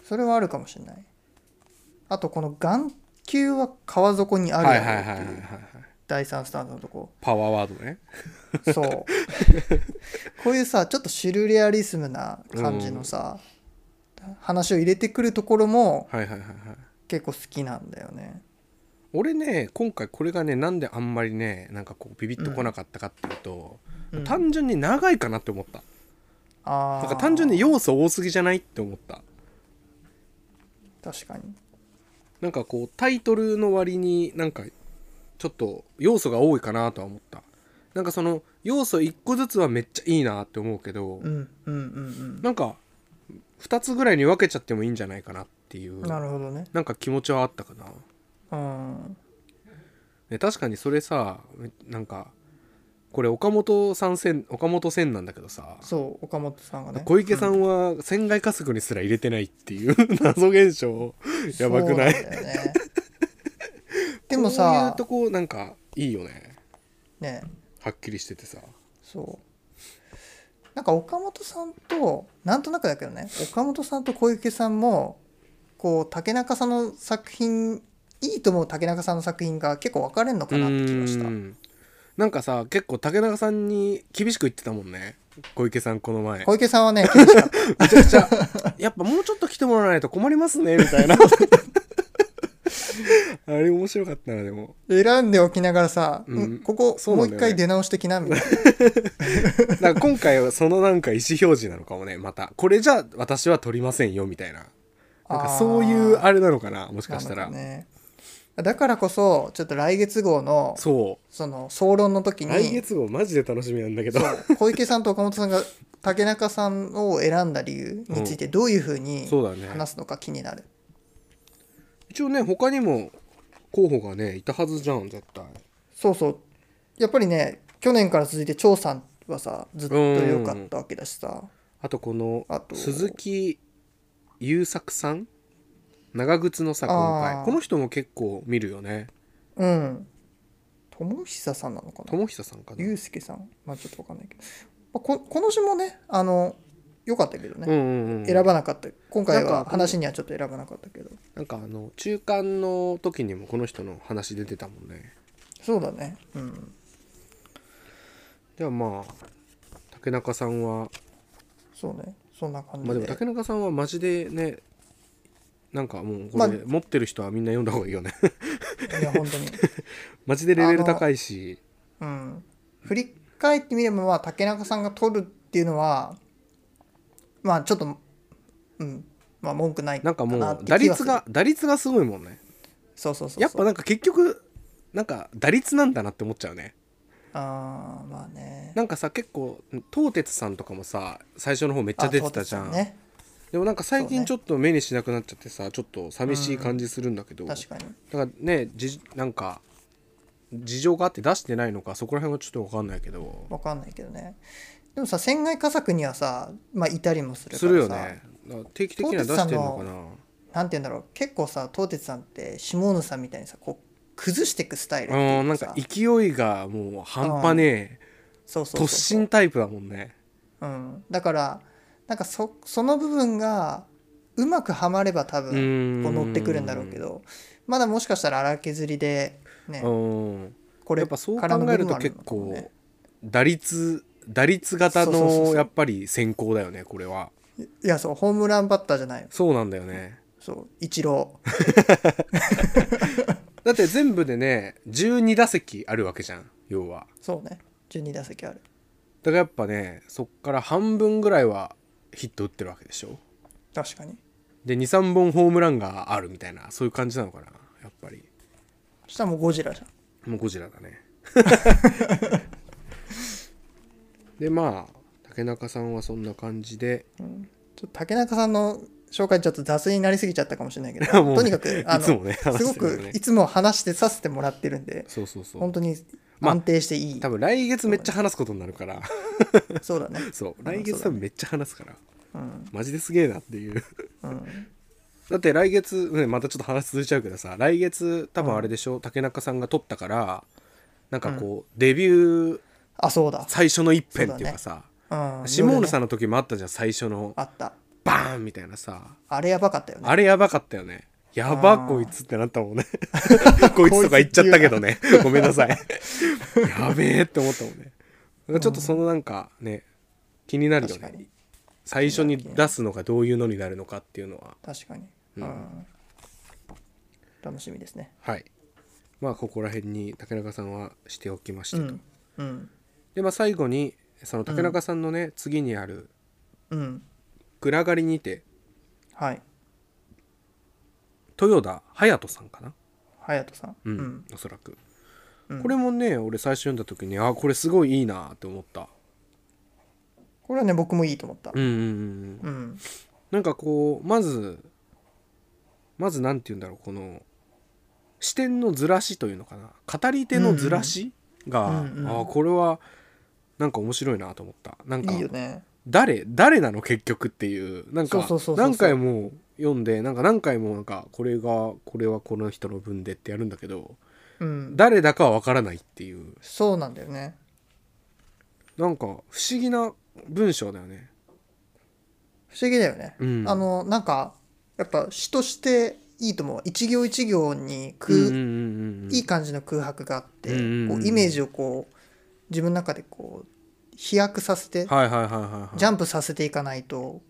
Speaker 1: それはあるかもしれないあとこの眼球は川底にある
Speaker 2: はい
Speaker 1: よ
Speaker 2: はいはいはい
Speaker 1: ね
Speaker 2: はい
Speaker 1: って
Speaker 2: はい
Speaker 1: いう第三スタンドのとこ
Speaker 2: パワーワードね (laughs)
Speaker 1: そうこういうさちょっとシュルレアリスムな感じのさ、話を入れてくるところも
Speaker 2: はいはいはいはい
Speaker 1: 結構好きなんだよね
Speaker 2: 俺ね今回これがねなんであんまりねなんかこうビビッとこなかったかっていうと、
Speaker 1: うん
Speaker 2: 単純に長いかなって思った
Speaker 1: あ
Speaker 2: なん
Speaker 1: あ
Speaker 2: か単純に要素多すぎじゃないって思った
Speaker 1: 確かに
Speaker 2: なんかこうタイトルの割になんかちょっと要素が多いかなとは思ったなんかその要素1個ずつはめっちゃいいなって思うけど、
Speaker 1: うんうんうん
Speaker 2: なんか2つぐらいに分けちゃってもいいんじゃないかなっていう
Speaker 1: うんなるほどね
Speaker 2: なんか気持ちはあったかな
Speaker 1: うん
Speaker 2: ね確かにそれさなんかこれ岡本さん線岡本線なんだけどさ
Speaker 1: そう岡本さんがね
Speaker 2: 小池さんは船外加速にすら入れてないっていう謎現象やばくない
Speaker 1: そうなんだよねでも
Speaker 2: こういう
Speaker 1: さ
Speaker 2: とこなんかいいよね
Speaker 1: ね
Speaker 2: はっきりしててさ
Speaker 1: そうなんか岡本さんとなんとなくだけどね岡本さんと小池さんもこう竹中さんの作品いいと思う竹中さんの作品が結構分かれんのかなって気がした
Speaker 2: うーんなんかさ結構竹中さんに厳しく言ってたもんね小池さんこの前
Speaker 1: 小池さんは
Speaker 2: (laughs)
Speaker 1: ね厳しかっ
Speaker 2: めちゃくちゃやっぱもうちょっと来てもらわないと困りますねみた
Speaker 1: (laughs)
Speaker 2: いなあれ面白かったなでも
Speaker 1: た選んでおきながらさ、
Speaker 2: うん
Speaker 1: うんここ
Speaker 2: そう
Speaker 1: も
Speaker 2: な
Speaker 1: うん
Speaker 2: だ
Speaker 1: 一
Speaker 2: よね
Speaker 1: 回出直してきなみたいな
Speaker 2: なんか今回はそのなんか意思表示なのかもねまたこれじゃ私は取りませんよみたいな (laughs) なんかそういうあれなのかなもしかしたら、
Speaker 1: なのかね、だからこそちょっと来月号のそ
Speaker 2: そ
Speaker 1: の総論の時
Speaker 2: う
Speaker 1: に
Speaker 2: 来月号マジで楽しみなんだけど
Speaker 1: そう小池さんと岡本さんが竹中さんを選んだ理由についてどういうふうに
Speaker 2: そうだね
Speaker 1: 話すのか気になる、
Speaker 2: 一応ね他にも候補がねいたはずじゃん絶対
Speaker 1: そうそうやっぱりね去年から続いて張さんはさずっと良かったわけだしさ
Speaker 2: あとこの
Speaker 1: あと
Speaker 2: 鈴木優作さん長靴のさ今
Speaker 1: あー
Speaker 2: 回この人も結構見るよね
Speaker 1: うん友久さんなのかな
Speaker 2: 友久さんかな
Speaker 1: 祐介さんまあちょっとわかんないけど、まあ、ここの詩もねあの良かったけどね、
Speaker 2: うんうんうん
Speaker 1: 選ばなかった今回
Speaker 2: なん
Speaker 1: は
Speaker 2: か
Speaker 1: 話にはちょっと選ばなかったけど
Speaker 2: なんかあの中間の時にもこの人の話出てたもんね
Speaker 1: そうだねうん
Speaker 2: ではまあ竹中さんは
Speaker 1: そうねそんな感じ
Speaker 2: まあ
Speaker 1: で,、
Speaker 2: でも竹中さんはマジでねなんかもうこ
Speaker 1: まあ
Speaker 2: れ持ってる人はみんな読んだ方がいいよね (laughs)
Speaker 1: いや本当に
Speaker 2: マジでレベル高いし
Speaker 1: うん振り返ってみれば、まあ、竹中さんが取るっていうのはまあちょっとうんまあ文句ない
Speaker 2: なんかも
Speaker 1: なっ
Speaker 2: う
Speaker 1: て気
Speaker 2: 打
Speaker 1: はする
Speaker 2: 率が打率がすごいもんね
Speaker 1: そうそうそうそう
Speaker 2: やっぱなんか結局なんか打率なんだなって思っちゃうね
Speaker 1: ああまあね
Speaker 2: なんかさ結構東鉄さんとかもさ最初の方めっちゃ出てたじゃ
Speaker 1: あそう
Speaker 2: ん
Speaker 1: ですよね
Speaker 2: でもなんか最
Speaker 1: そう
Speaker 2: 近
Speaker 1: ね
Speaker 2: ちょっと目にしなくなっちゃってさちょっと寂しい感じするんだけど、
Speaker 1: 確かに
Speaker 2: だからねじなんか事情があって出してないのかそこら辺はちょっと分かんないけど
Speaker 1: わかんないけどねでもさ船外佳作にはさまあいたりもする
Speaker 2: す
Speaker 1: からさ
Speaker 2: るよねだから定期的には出してるのかな
Speaker 1: なんて言うんだろう結構さ東鉄さんって下野さんみたいにさこう崩していくスタイルっていう
Speaker 2: うんなんか勢いがもう半端ねえ
Speaker 1: そうそうそう
Speaker 2: 突進タイプだもんね
Speaker 1: うん、だからなんかそその部分がうまくはまれば多
Speaker 2: うー
Speaker 1: 分
Speaker 2: ん
Speaker 1: こう乗ってくるんだろうけどまだもしかしたら荒削りで、ね
Speaker 2: う、ん
Speaker 1: これ
Speaker 2: やっぱそう
Speaker 1: からの
Speaker 2: 考える
Speaker 1: 部分もあ
Speaker 2: と
Speaker 1: る
Speaker 2: 結
Speaker 1: のかもね
Speaker 2: 構打率打率型
Speaker 1: そうそうそうそう
Speaker 2: のやっぱり先行だよねこれはい
Speaker 1: やそうホームランバッターじゃないよ
Speaker 2: そうなんだよね
Speaker 1: そう一郎
Speaker 2: だって全部でね12打席あるわけじゃん要は
Speaker 1: そうね12打席ある
Speaker 2: だからやっぱねそっから半分ぐらいはヒット打ってるわけでしょ
Speaker 1: 確かに
Speaker 2: で23本ホームランがあるみたいなそういう感じなのかなやっぱり
Speaker 1: そしたらもうゴジラじゃん
Speaker 2: もうゴジラだね (laughs) でまあ竹中さんはそんな感じで
Speaker 1: ちょっと竹中さんの紹介ちょっと雑になりすぎちゃったかもしれないけど
Speaker 2: (laughs) もう
Speaker 1: とにかくあの
Speaker 2: いつもね話
Speaker 1: すご
Speaker 2: してるよね
Speaker 1: くいつも話してさせてもらってるんで
Speaker 2: そうそうそう
Speaker 1: 本当に
Speaker 2: まあ
Speaker 1: 安定していい、
Speaker 2: 多分来月めっちゃ話すことになるから
Speaker 1: そうだね
Speaker 2: (laughs) そう
Speaker 1: あ
Speaker 2: 来月
Speaker 1: そうだ
Speaker 2: 多分めっちゃ話すから
Speaker 1: うん
Speaker 2: マジですげえなっていう (laughs)
Speaker 1: うん
Speaker 2: だって来月、ね、またちょっと話続いちゃうけどさ来月多分あれでしょ、竹中さんが撮ったからなんかこう、デビュー
Speaker 1: あそうだ
Speaker 2: 最初の一編っていうかさ
Speaker 1: うん
Speaker 2: シモーヌさ
Speaker 1: ん
Speaker 2: んの時もあったじゃん最初の
Speaker 1: あった
Speaker 2: バーンみたいなさ
Speaker 1: あれやばかったよね
Speaker 2: あれやばかったよねやばこいつってなったもんね (laughs) こいつとか言っちゃったけど (laughs) ねごめんなさいやべえって思ったもんねなんかちょっとそのなんかね気になるよ
Speaker 1: 確か
Speaker 2: ね最初に出すのがどういうのになるのかっていうのは
Speaker 1: 確かに、うん楽しみですね
Speaker 2: はいまあここら辺に竹中さんはしておきまし
Speaker 1: う
Speaker 2: たと、
Speaker 1: んうん
Speaker 2: でまあ最後にその竹中さんのね、次にある
Speaker 1: うん
Speaker 2: 「暗がりにて
Speaker 1: はい」
Speaker 2: 豊田隼人さんかな、
Speaker 1: 隼人さん
Speaker 2: うん
Speaker 1: うん
Speaker 2: おそらく、
Speaker 1: うん
Speaker 2: これもね俺最初読んだ時にあこれすごいいいなって思った
Speaker 1: これはね僕もいいと思った
Speaker 2: うんうんうんうん
Speaker 1: うん
Speaker 2: なんかこうまずまずなんて言うんだろうこの視点のずらしというのかな語り手のずらしが、
Speaker 1: うんうん
Speaker 2: あーこれはなんか面白いなと思ったなんか
Speaker 1: いいよね
Speaker 2: 誰誰なの結局っていうなんか
Speaker 1: そうそうそうそうそう
Speaker 2: 何回も読んでなんか何回もなんかこれがこれはこの人の分でってやるんだけど
Speaker 1: うん
Speaker 2: 誰だかは分からないっていう
Speaker 1: そうなんだよね
Speaker 2: なんか不思議な文章だよね。
Speaker 1: 不思議だよね
Speaker 2: うん、
Speaker 1: あのなんかやっぱ詩としていいと思う一行一行に
Speaker 2: うんうん
Speaker 1: 空
Speaker 2: うんうん
Speaker 1: いい感じの空白があって
Speaker 2: うんうんうん
Speaker 1: こうイメージをこう自分の中でこう飛躍させて
Speaker 2: はいはいはいはいはい
Speaker 1: ジャンプさせていかないと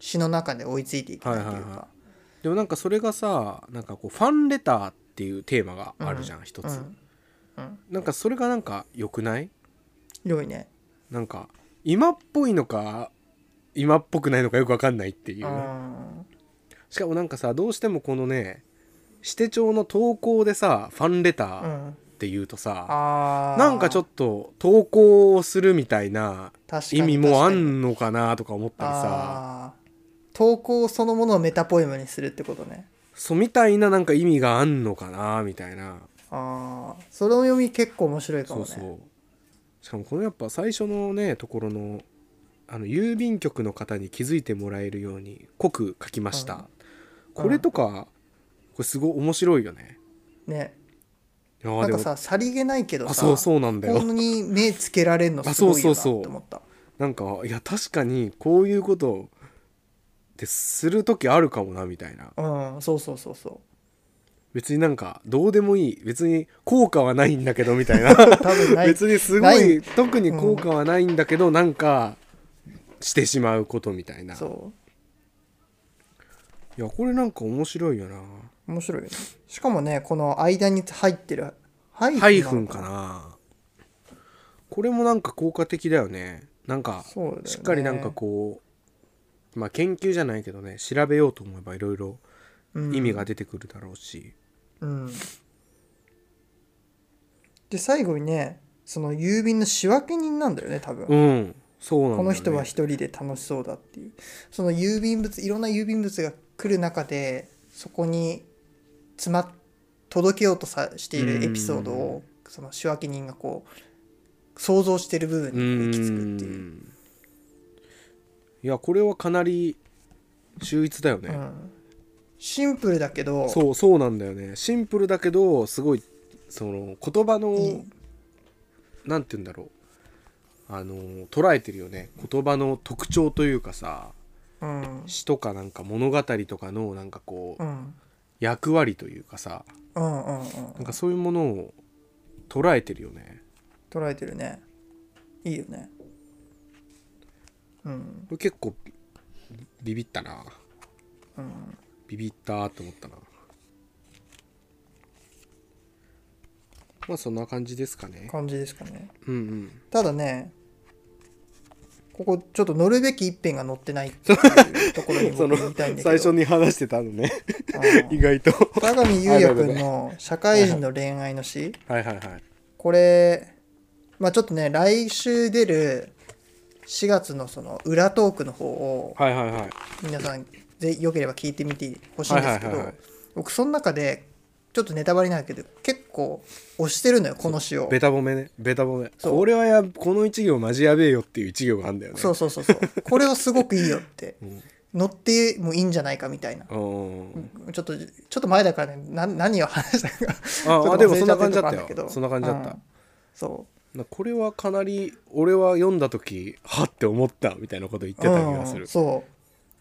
Speaker 1: 詩の中で追いついていけないという
Speaker 2: はいはい
Speaker 1: か
Speaker 2: はでもなんかそれがさなんかこうファンレターっていうテーマがあるじゃん、一つ、
Speaker 1: うんうん
Speaker 2: なんかそれがなんか良くない
Speaker 1: 良いね
Speaker 2: なんか今っぽいのか今っぽくないのかよくわかんないっていうう、
Speaker 1: ん
Speaker 2: しかもなんかさどうしてもこのね指定帳の投稿でさファンレタ
Speaker 1: う
Speaker 2: ーっ
Speaker 1: ん
Speaker 2: ていうとさ、
Speaker 1: あ
Speaker 2: なんかちょっ
Speaker 1: と
Speaker 2: と投稿をするみたいな意味もあんのかなとか思ったり
Speaker 1: あ
Speaker 2: さ
Speaker 1: ー投稿そのものをメタポエムにするってことね
Speaker 2: そうみたいななんか意味があんのかなみたいな
Speaker 1: ああその読み結構面白いか
Speaker 2: そ
Speaker 1: も
Speaker 2: う
Speaker 1: ね
Speaker 2: そうしかもこのやっぱ最初のねところのあの郵便局の方に気づいてもらえるように濃く書きました、
Speaker 1: うん
Speaker 2: これとかこれすごい面白いよね
Speaker 1: ね
Speaker 2: いやー
Speaker 1: なん
Speaker 2: で
Speaker 1: か
Speaker 2: も
Speaker 1: ささりげないけど
Speaker 2: あ
Speaker 1: さ
Speaker 2: そうそうなんだ
Speaker 1: こ
Speaker 2: よ
Speaker 1: んに目つけられるのすごいよなって思った
Speaker 2: なんかいや確かにこういうことってする時あるかもなみたいな
Speaker 1: うんそうそうそうそう
Speaker 2: 別になんかどうでもいい別に効果はないんだけどみたいな
Speaker 1: 多分 (laughs) ない
Speaker 2: 別にすご
Speaker 1: ないい
Speaker 2: 特に効果はないんだけど、なんかしてしまうことみたいな
Speaker 1: そ
Speaker 2: いやこれなんか面白いよな
Speaker 1: う面白いよねしかもねこの間に入ってるハイ
Speaker 2: ハイフン
Speaker 1: な
Speaker 2: か
Speaker 1: の
Speaker 2: なこれもなんか効果的だよねなんか
Speaker 1: そうだよね
Speaker 2: しっかりなんかこうまあ研究じゃないけどね調べようと思えばいろいろ
Speaker 1: うん
Speaker 2: 意味が出てくるだろうし、
Speaker 1: うんで最後にねその郵便の仕分け人なんだよね多分
Speaker 2: うん、そうなんだよ、ね、
Speaker 1: この人は一人で楽しそうだっていうその郵便物いろんな郵便物が来る中でそこに詰まっ届けようとさしているエピソードをその仕分け人がこう想像してる部
Speaker 2: う
Speaker 1: 分に行き着くっていう、
Speaker 2: んいやこれはかなり秀逸だよね、
Speaker 1: うんシンプルだけど
Speaker 2: そうそうなんだよねシンプルだけどすごいその言葉の
Speaker 1: いい
Speaker 2: なんて言うんだろうあの捉えてるよね言葉の特徴というかさ
Speaker 1: うん
Speaker 2: 詩とかなんか物語とかのなんかこう、
Speaker 1: うん
Speaker 2: 役割というかさ
Speaker 1: うんうんうん
Speaker 2: なんかそういうものを捉えてるよね
Speaker 1: 捉えてるねいいよねうん
Speaker 2: これ結構ビビったな
Speaker 1: うん
Speaker 2: ビビったと思ったなまあそんな感じですかね
Speaker 1: 感じですかね
Speaker 2: うんうん
Speaker 1: ただねここちょっと乗るべき一辺が乗ってないっていうところに
Speaker 2: そ
Speaker 1: 僕
Speaker 2: の
Speaker 1: 言いたいんだけ
Speaker 2: 最
Speaker 1: ど
Speaker 2: 初に話してたのね
Speaker 1: う
Speaker 2: 意
Speaker 1: ん
Speaker 2: 外と
Speaker 1: 田上裕也君の社会人の恋愛の詩
Speaker 2: はいはいはい
Speaker 1: これまあちょっとね来週出る4月のその裏トークの方を
Speaker 2: はいはいはい
Speaker 1: 皆さんぜよければ聞いてみてほしいんですけ
Speaker 2: はいはいはい
Speaker 1: ど
Speaker 2: はい
Speaker 1: 僕その中でちょっとネタバレになるけど結構推してるのよこの詩を
Speaker 2: ベタ褒めねベタ褒め
Speaker 1: そう
Speaker 2: これはやこの一行マジやべえよっていう一行があるんだよね
Speaker 1: そうそう
Speaker 2: (laughs)
Speaker 1: そうそうこれはすごくいいよって
Speaker 2: ん
Speaker 1: 乗ってもいいんじゃないかみたいな
Speaker 2: うん
Speaker 1: ちょっとちょっと前だからねな何を話したかちょっ
Speaker 2: あ
Speaker 1: と忘
Speaker 2: あでも
Speaker 1: れ
Speaker 2: そん
Speaker 1: ちゃ
Speaker 2: な
Speaker 1: ってるとこあ
Speaker 2: 感じだった
Speaker 1: る
Speaker 2: よ
Speaker 1: けど
Speaker 2: そんな感じだった、
Speaker 1: うんそ
Speaker 2: なこれはかなり俺は読んだ時はって思ったみたいなこと言っ
Speaker 1: う
Speaker 2: てた気がす
Speaker 1: うん
Speaker 2: る
Speaker 1: そ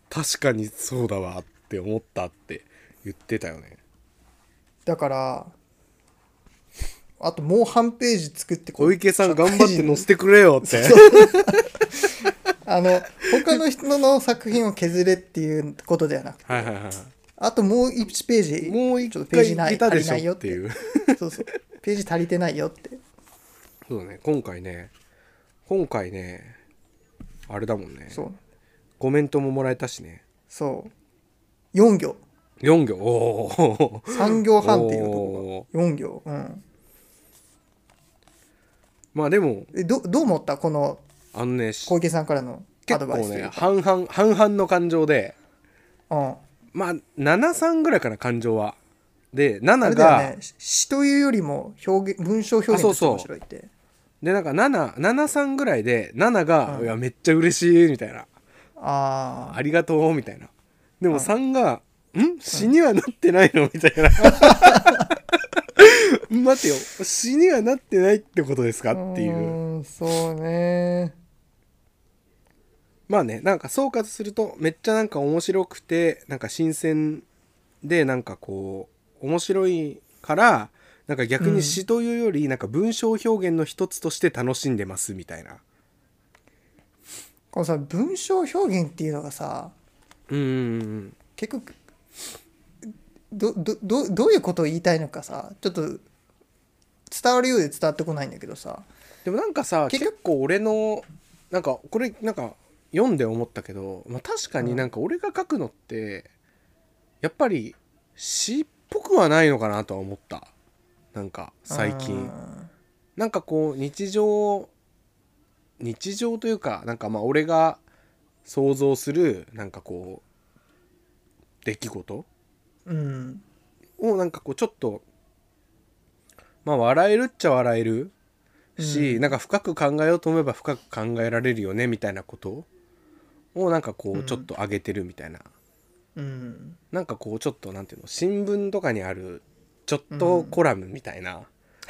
Speaker 2: 確かにそうだわって思ったって言ってたよね
Speaker 1: うだからあともう半ページ作ってこ
Speaker 2: 小
Speaker 1: う
Speaker 2: 池さん頑張って載せてくれよって
Speaker 1: (laughs) あの他の人の作品を削れっていうことではなく
Speaker 2: はいはいはい
Speaker 1: あともう1ページ
Speaker 2: もう
Speaker 1: ち
Speaker 2: 一
Speaker 1: ょっとペー
Speaker 2: 回
Speaker 1: ジない
Speaker 2: 見た
Speaker 1: 足
Speaker 2: で
Speaker 1: りない
Speaker 2: し
Speaker 1: よ
Speaker 2: ょ
Speaker 1: っ
Speaker 2: ってていう
Speaker 1: そうそうページ足りてないよって
Speaker 2: そうだね今回ね今回ねあれだもんね
Speaker 1: そう
Speaker 2: コメントももらえたしね
Speaker 1: そう4行
Speaker 2: 4行おお
Speaker 1: 3行半っていうとこが4行うん
Speaker 2: (laughs) まあでも
Speaker 1: えどどう思ったこの
Speaker 2: あのねし
Speaker 1: 小池さんからのア
Speaker 2: 結
Speaker 1: ドバイ
Speaker 2: 構
Speaker 1: スとい
Speaker 2: ね
Speaker 1: うか
Speaker 2: 半々半々の感情で
Speaker 1: うん
Speaker 2: まあ73ぐらいかな感情はで
Speaker 1: あ
Speaker 2: 7
Speaker 1: れだ
Speaker 2: が、
Speaker 1: よねし詩というよりも表現文章表現として面白いって
Speaker 2: でなんか773ぐらいで7が、いやめっちゃ嬉しいみたいな
Speaker 1: あ
Speaker 2: ありがとうみたいなでも3が「ん死にはなってない
Speaker 1: (laughs)
Speaker 2: の?」みたいな (laughs) 「待てよ死にはなってないってことですか?」
Speaker 1: あ
Speaker 2: っていう
Speaker 1: うーんそうね
Speaker 2: まあねなんか総括するとめっちゃなんか面白くてなんか新鮮でなんかこう面白いからなんか逆に詩というよりなんか文章表現の一つとして楽しんでますみたいな。
Speaker 1: このさ文章表現っていうのがさ
Speaker 2: うんうんうん
Speaker 1: 結局どどどどういうことを言いたいのかさちょっと伝わるようで伝わってこないんだけどさ
Speaker 2: でもなんかさ
Speaker 1: 結
Speaker 2: 結構俺のなんかこれなんか読んで思ったけど、まあ、確かになんか俺が書くのってやっぱり詩っぽくはないのかなとは思ったなんか最近なんかこう日常日常というかなんかまあ俺が想像するなんかこう出来事
Speaker 1: うんうん
Speaker 2: をなんかこうちょっとまあ笑えるっちゃ笑えるし、なんか深く考えようと思えば深く考えられるよねみたいなことをなんかこうちょっと上げてるみたいな、
Speaker 1: うん
Speaker 2: なんかこうちょっとなんていうの新聞とかにあるちょっとコラムみたいな、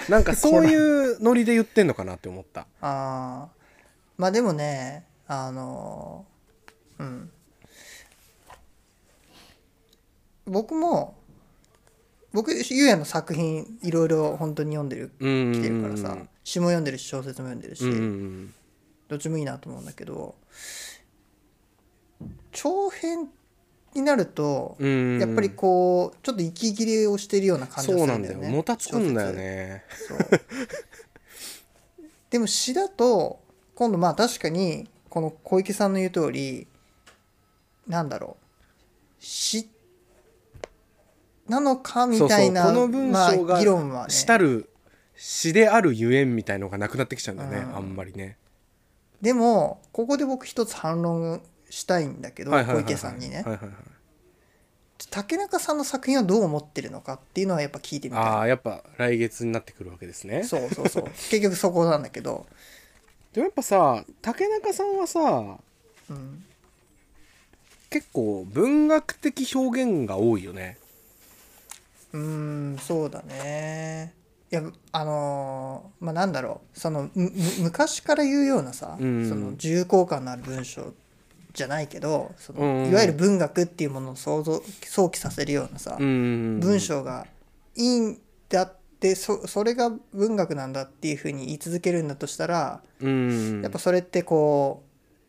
Speaker 2: なんかそういうノリで言ってんのかなって思った。
Speaker 1: ああまあでもねあのーうん僕も僕ゆうやの作品いろいろ本当に読んでる
Speaker 2: うんうんうん
Speaker 1: きてるからさ詩も読んでるし小説も読んでるし、
Speaker 2: うんうん
Speaker 1: どっちもいいなと思うんだけど長編になると、
Speaker 2: うんうん
Speaker 1: やっぱりこうちょっと息切れをしてるような感じが
Speaker 2: そう
Speaker 1: す
Speaker 2: な
Speaker 1: るん
Speaker 2: んだ
Speaker 1: だ
Speaker 2: よ
Speaker 1: よね
Speaker 2: もたつくんだよね
Speaker 1: そうでも詩だと今度まあ確かにこの小池さんの言う通りなんだろう詩なのかみ
Speaker 2: そう
Speaker 1: た
Speaker 2: そ
Speaker 1: いう
Speaker 2: こ
Speaker 1: な
Speaker 2: の文章
Speaker 1: まあ、議論は
Speaker 2: が
Speaker 1: ね
Speaker 2: したる詩であるゆえんみたいのがなくなってきちゃうんだよね、
Speaker 1: うん
Speaker 2: あんまりね
Speaker 1: でもここで僕一つ反論したいんだけど、
Speaker 2: はいはいはいはい
Speaker 1: 小池さんにね、
Speaker 2: はいはいはい
Speaker 1: 竹中さんの作品はどう思ってるのかっていうのはやっぱ聞いてみ
Speaker 2: あ
Speaker 1: た
Speaker 2: あやっぱ来月になってくるわけですね
Speaker 1: いそうそう
Speaker 2: (laughs)
Speaker 1: そう結局そこなんだけど、
Speaker 2: でもやっぱさ竹中さんはさ
Speaker 1: うん、
Speaker 2: 結構文学的表現が多いよね
Speaker 1: うーんそうだねいやあのーまあなんだろうそのむむ昔から言うようなさ、
Speaker 2: うん
Speaker 1: その重厚感のある文章じゃないけどその、
Speaker 2: うんうん
Speaker 1: いわゆる文学っていうものを想像想起させるようなさ、
Speaker 2: うん
Speaker 1: 文章がいいんだってそそれが文学なんだっていうふうに言い続けるんだとしたら、
Speaker 2: うん
Speaker 1: やっぱそれってこ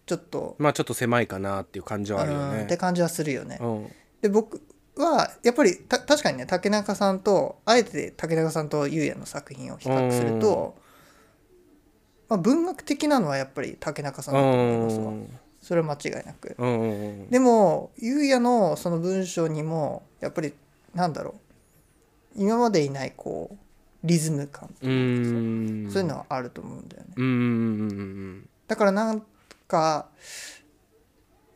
Speaker 1: うちょっと
Speaker 2: まあちょっと狭いかなっていう感じはあるよ
Speaker 1: うんっ
Speaker 2: ね
Speaker 1: て感じはするよね。
Speaker 2: うん
Speaker 1: で僕はやっぱりた確かにね竹中さんとあえて竹中さんと優也の作品を比較すると、まあ、文学的なのはやっぱり竹中さん
Speaker 2: う
Speaker 1: だと思いますわ
Speaker 2: ん
Speaker 1: それは間違いなく。
Speaker 2: うんうん
Speaker 1: でも優也のその文章にもやっぱりなんだろう今までいないこうリズム感
Speaker 2: うん
Speaker 1: そういうのはあると思うんだよね。
Speaker 2: うんうんうんうん
Speaker 1: だからなんか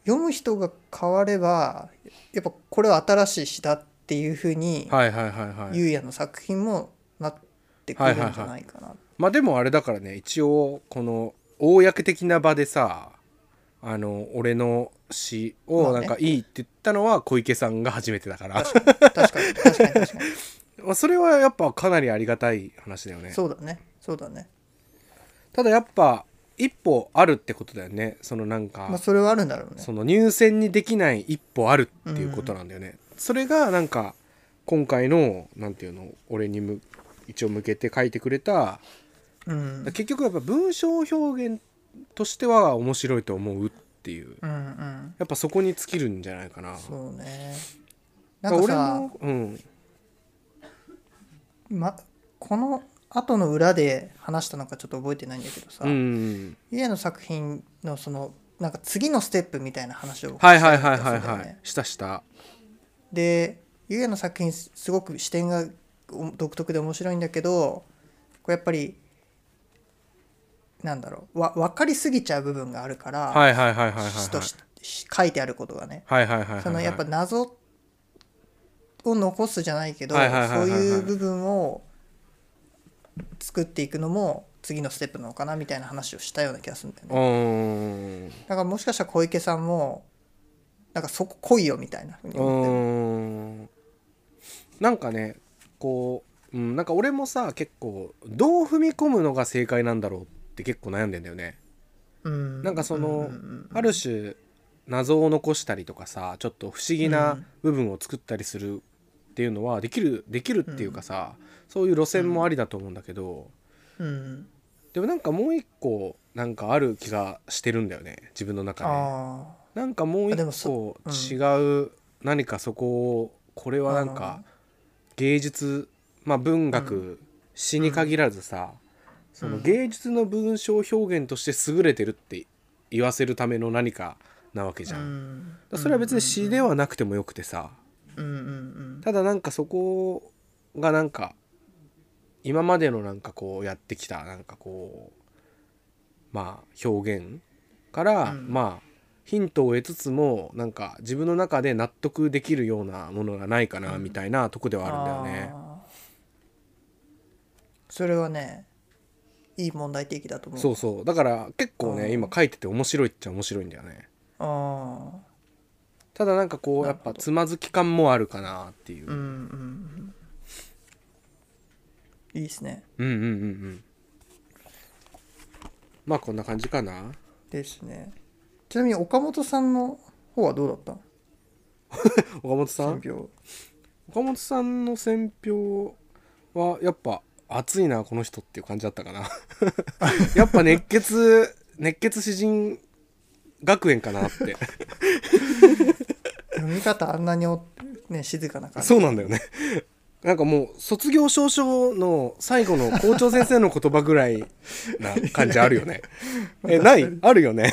Speaker 1: 読む人が変わればやっぱこれは新しい詩だっていうふうに
Speaker 2: はいはいはいはい
Speaker 1: 優也の作品もなってくるんじゃないかな。
Speaker 2: まあでもあれだからね一応この公的な場でさあの俺の詩をなん
Speaker 1: ま
Speaker 2: かいいって言ったのは小池さんが初めてだから、
Speaker 1: 確かに確かに確かに
Speaker 2: (laughs) まあそれはやっぱかなりありがたい話だよね
Speaker 1: そうだねそうだね。
Speaker 2: ただやっぱ一歩あるってことだよねそのなんか、
Speaker 1: まあそれはあるんだろうね。
Speaker 2: その入選にできない一歩あるっていうことなんだよね、それがなんか今回のなんていうの俺にむ一応向けて書いてくれた
Speaker 1: うん
Speaker 2: 結局やっぱ文章表現としては面白いと思うっていう
Speaker 1: うんうん
Speaker 2: やっぱそこに尽きるんじゃないかな
Speaker 1: そうね。
Speaker 2: ま
Speaker 1: な
Speaker 2: あ
Speaker 1: んか
Speaker 2: 俺
Speaker 1: さ、
Speaker 2: もうん
Speaker 1: ま、この後の裏で話したのかちょっと覚えてないんだけどさ、
Speaker 2: うん
Speaker 1: 家の作品のそのなんか次のステップみたいな話を
Speaker 2: はいはいはいはい
Speaker 1: したよ
Speaker 2: は
Speaker 1: ね
Speaker 2: いしたした
Speaker 1: でゆうやの作品すすごく視点がお独特で面白いんだけどこうやっぱりなんだろうわ分かりすぎちゃう部分があるから、
Speaker 2: はいはいはいはいはいはい
Speaker 1: 詩としし書いてあることがね
Speaker 2: はいはいはいはい
Speaker 1: そのやっぱ謎を残すじゃないけどそう
Speaker 2: はいはいはいはいはい
Speaker 1: いう部分を作っていくのも次のステップなのかなみたいな話をしたような気がするんだよ
Speaker 2: う
Speaker 1: ね
Speaker 2: ーん
Speaker 1: だからもしかしたら小池さんもなんかそこ来いよみたいなふうに
Speaker 2: う
Speaker 1: 思ってる
Speaker 2: ーんなんかねこう、うん、なんか俺もさ結構どう踏み込むのが正解なんだろうって結構悩んでんだよね
Speaker 1: うん
Speaker 2: なんかその、
Speaker 1: うんうんうん
Speaker 2: ある種謎を残したりとかさちょっと不思議な部分を作ったりするっていうのはできるできるっていうかさ、そういう路線もありだと思うんだけど、
Speaker 1: うん
Speaker 2: でもなんかもう一個なんかある気がしてるんだよね自分の中で。
Speaker 1: あ
Speaker 2: なんかもう
Speaker 1: あでも
Speaker 2: 一
Speaker 1: そ
Speaker 2: 個
Speaker 1: うん
Speaker 2: 違う何かそこをこれはなんか芸術まあ文学詩に限らずさその芸術の文章表現として優れてるって言わせるための何かなわけじゃ。
Speaker 1: あうんん
Speaker 2: だからそれは別に詩ではなくてもよくてさ
Speaker 1: うんうん
Speaker 2: ただなんかそこがなんか今までのなんかこうやってきたなんかこうまあ表現から、
Speaker 1: うん
Speaker 2: まあヒントを得つつもなんか自分の中で納得できるようなものがないかなみたいなとこで
Speaker 1: う
Speaker 2: は
Speaker 1: ん
Speaker 2: あるんだよね。
Speaker 1: あーそれはねいい問題提起だと思う
Speaker 2: そうそうだから結構
Speaker 1: あ
Speaker 2: ね
Speaker 1: ー
Speaker 2: 今書いてて面白いっちゃ面白いんだよね。
Speaker 1: ああ
Speaker 2: ただなんかこう
Speaker 1: な
Speaker 2: や
Speaker 1: る
Speaker 2: っ
Speaker 1: ほど
Speaker 2: ぱつまずき感もあるかなっていう。う
Speaker 1: うん
Speaker 2: ん、
Speaker 1: うんうんいいですね
Speaker 2: うんうんうん。まあこんな感じかな。
Speaker 1: ですねちなみに岡本さんの方はどうだった
Speaker 2: 岡本さん
Speaker 1: 選票
Speaker 2: 岡本さんの選評はやっぱ熱いなこの人っていう感じだったかな (laughs) やっぱ熱血熱血詩人学園かなって
Speaker 1: (laughs) 読み方あんなにお、ね、静かな感じ
Speaker 2: そうなんだよねなんかもう卒業証書の最後の校長先生の言葉ぐらいな感じあるよ
Speaker 1: (laughs)
Speaker 2: ねえないあるよね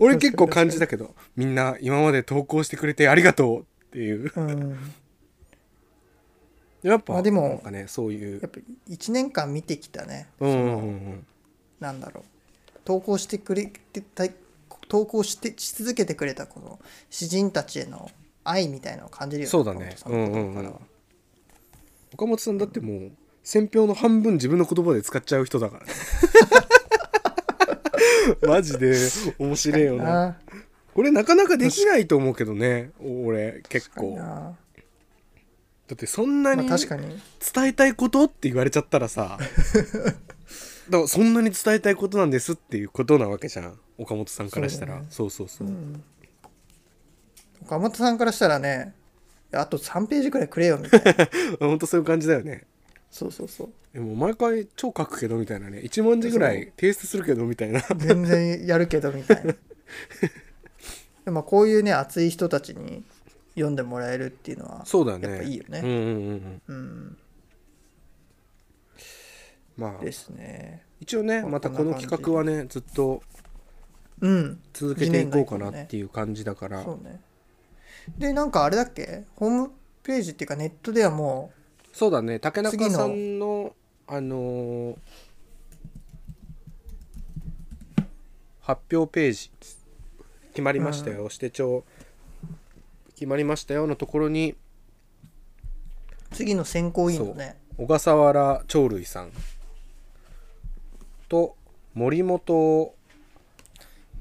Speaker 2: 俺結構感じたけどみんな今まで投稿してくれてありがとうっていう
Speaker 1: うん
Speaker 2: やっぱ、
Speaker 1: まあでも
Speaker 2: なんかねそういう
Speaker 1: やっぱ1年間見てきたね
Speaker 2: うんうんうんうん
Speaker 1: なんだろう投稿してくれてた投稿してし続けてくれたこの詩人たちへの愛みたいなのを感じるよ
Speaker 2: そうだね
Speaker 1: 岡本さの言葉からは
Speaker 2: うんうんうん岡本さんだってもう選票の半分自分の言葉で使っちゃう人だから (laughs) ねマジで面白いよな
Speaker 1: な
Speaker 2: これなかなかできないと思うけどね俺結構だ
Speaker 1: な
Speaker 2: ってそんな
Speaker 1: まあ
Speaker 2: に
Speaker 1: 確かに
Speaker 2: 伝えたいことって言われちゃったら (laughs) さだからそんなに伝えたいことなんですっていうことなわけじゃん岡本さんからしたらそう,、そうそう
Speaker 1: 岡本さんからしたらねあと3ページくらいくれよみたい
Speaker 2: (laughs)
Speaker 1: な
Speaker 2: (laughs) 本当そういう感じだよね
Speaker 1: そうそうそう
Speaker 2: でも毎回超書くけどみたいなね1文字ぐらい提出するけどみたいな
Speaker 1: 全然やるけどみたいなでもこういうね熱い人たちに読んでもらえるっていうのは
Speaker 2: (laughs) そうだね。
Speaker 1: やっぱいいよね
Speaker 2: うんうんうんうん。まあ
Speaker 1: ですね
Speaker 2: 一応ねまたこの企画はねずっと
Speaker 1: うん
Speaker 2: 続けていこうかなっていう感じだから、
Speaker 1: そうねでなんかあれだっけホームページっていうかネットではも
Speaker 2: そうだね竹中
Speaker 1: 次の
Speaker 2: さんのあのー発表ページ決まりましたよ、支店長決まりましたよのところに
Speaker 1: う次の選考委員のね
Speaker 2: 小笠原鳥類さんと森本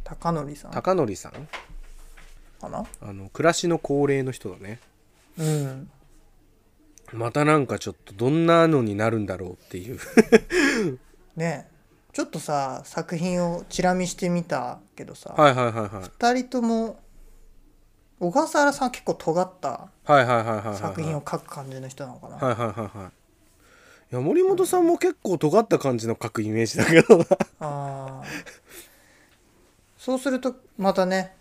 Speaker 1: 高則さんか
Speaker 2: 貴則さん
Speaker 1: な
Speaker 2: あの暮らしの恒例の人だね
Speaker 1: うん
Speaker 2: またなんかちょっとどんなのになるんだろうっていう
Speaker 1: ねちょっとさ作品をチラ見してみたけどさ、
Speaker 2: はいはいはいはい
Speaker 1: 二人とも小笠原さんは結構尖った
Speaker 2: はいはいはいはいはい
Speaker 1: 作品を書く感じの人なのかな、
Speaker 2: はいはいはいはいいや森本さんも結構尖った感じの書くイメージだけどな (laughs)
Speaker 1: ああそうするとまたね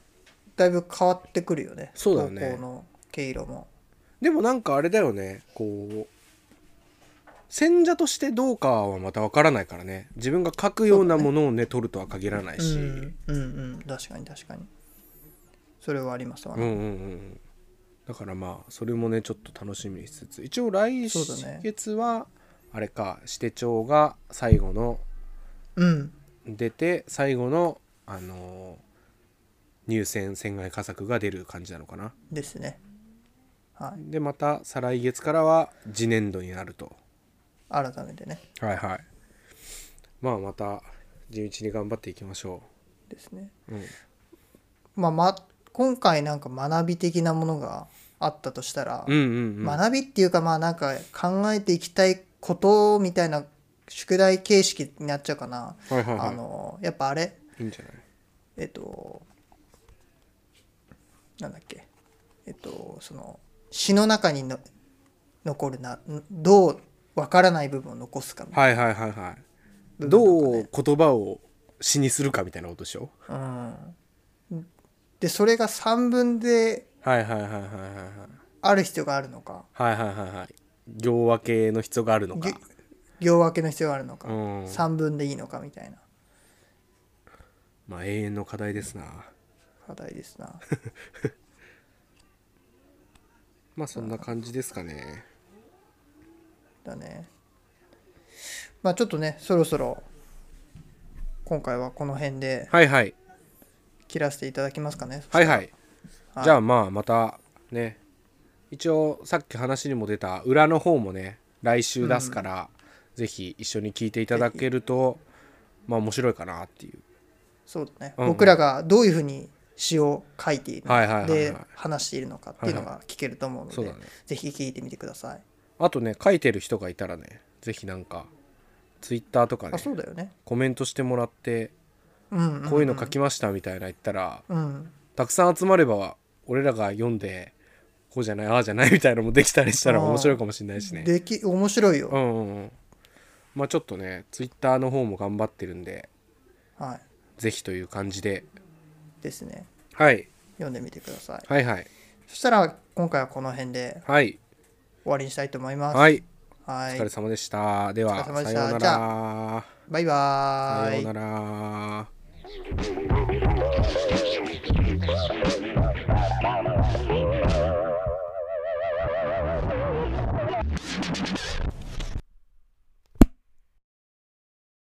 Speaker 1: だいぶ変わってくるよね
Speaker 2: そうだね
Speaker 1: 投稿の毛色も
Speaker 2: でもなんかあれだよねこう選者としてどうかはまた分からないからね自分が書くようなものをね取るとは限らない
Speaker 1: う
Speaker 2: し、
Speaker 1: んうんうん確かに確かにそれはありますわ
Speaker 2: うん
Speaker 1: ね、
Speaker 2: うんうんだからまあそれもねちょっと楽しみにしつつ一応来
Speaker 1: そうだね
Speaker 2: 月はあれか支店長が最後の
Speaker 1: うん、
Speaker 2: 出て最後のあのー入選船外佳作が出る感じなのかな
Speaker 1: ですねはい
Speaker 2: でまた再来月からは次年度になると
Speaker 1: 改めてね
Speaker 2: はいはいまあまた地道に頑張っていきましょ
Speaker 1: ですね
Speaker 2: う、うん、
Speaker 1: まあ、ま今回なんか学び的なものがあったとしたら、
Speaker 2: うんうんうん
Speaker 1: 学びっていうかまあなんか考えていきたいことみたいな宿題形式になっちゃうかな、
Speaker 2: はいはいはい
Speaker 1: あのやっぱあれ
Speaker 2: いいんじゃない
Speaker 1: えっとなんだっけえっとその詩の中にの残るなんどうわからない部分を残すかみたい
Speaker 2: はいはいはいはい
Speaker 1: 部分とか
Speaker 2: ど
Speaker 1: ね
Speaker 2: う言葉を詩にするかみたいなことでしょ
Speaker 1: な、うん、でそれが3分で
Speaker 2: はいはいはいはいはい
Speaker 1: ある必要があるのか
Speaker 2: はいはいはいはいはい行分けの必要があるのか
Speaker 1: ぎ行分けの必要があるのか、
Speaker 2: うん
Speaker 1: 3分でいいのかみたいな
Speaker 2: まあ永遠の課題ですな
Speaker 1: 課題ですな
Speaker 2: まあそんな感じですかね
Speaker 1: だねまあちょっとねそろそろ今回はこの辺で
Speaker 2: はいはい
Speaker 1: 切らせていただきますかね
Speaker 2: はいはい
Speaker 1: はい
Speaker 2: じゃあまあまたね一応さっき話にも出た裏の方もね来週出すから、ぜひ一緒に聞いていただけるとまあ面白いかなっていう
Speaker 1: そうだね、
Speaker 2: うん
Speaker 1: 僕らがどういうふうに詩を書いているのか、
Speaker 2: はいはいはいはい
Speaker 1: で話しているのかっていうのが聞けると思うので、
Speaker 2: はいはいそうだね
Speaker 1: ぜひ聞いてみてください、
Speaker 2: あとね書いてる人がいたらねぜひなんかツイッターとかね
Speaker 1: あそうだよね
Speaker 2: コメントしてもらって
Speaker 1: うん
Speaker 2: こういうの書きましたみたいな言ったら、
Speaker 1: うん
Speaker 2: たくさん集まれば俺らが読んでこうじゃないああじゃないみ (laughs) たいなのもできたりしたら
Speaker 1: あー
Speaker 2: 面白いかもしれないしね
Speaker 1: でき面白いよ、
Speaker 2: うんうんうんまあちょっとねツイッターの方も頑張ってるんで
Speaker 1: はい
Speaker 2: ぜひという感じで、
Speaker 1: ですね
Speaker 2: はい、
Speaker 1: 読んでみてください、
Speaker 2: はいはい
Speaker 1: そしたら今回はこの辺で
Speaker 2: はい
Speaker 1: 終わりにしたいと思います
Speaker 2: はいお
Speaker 1: はい
Speaker 2: 疲れ様でしたでは
Speaker 1: お疲れ様で
Speaker 2: さ
Speaker 1: し
Speaker 2: よ
Speaker 1: た
Speaker 2: うなら
Speaker 1: バイバーイ
Speaker 2: さようなら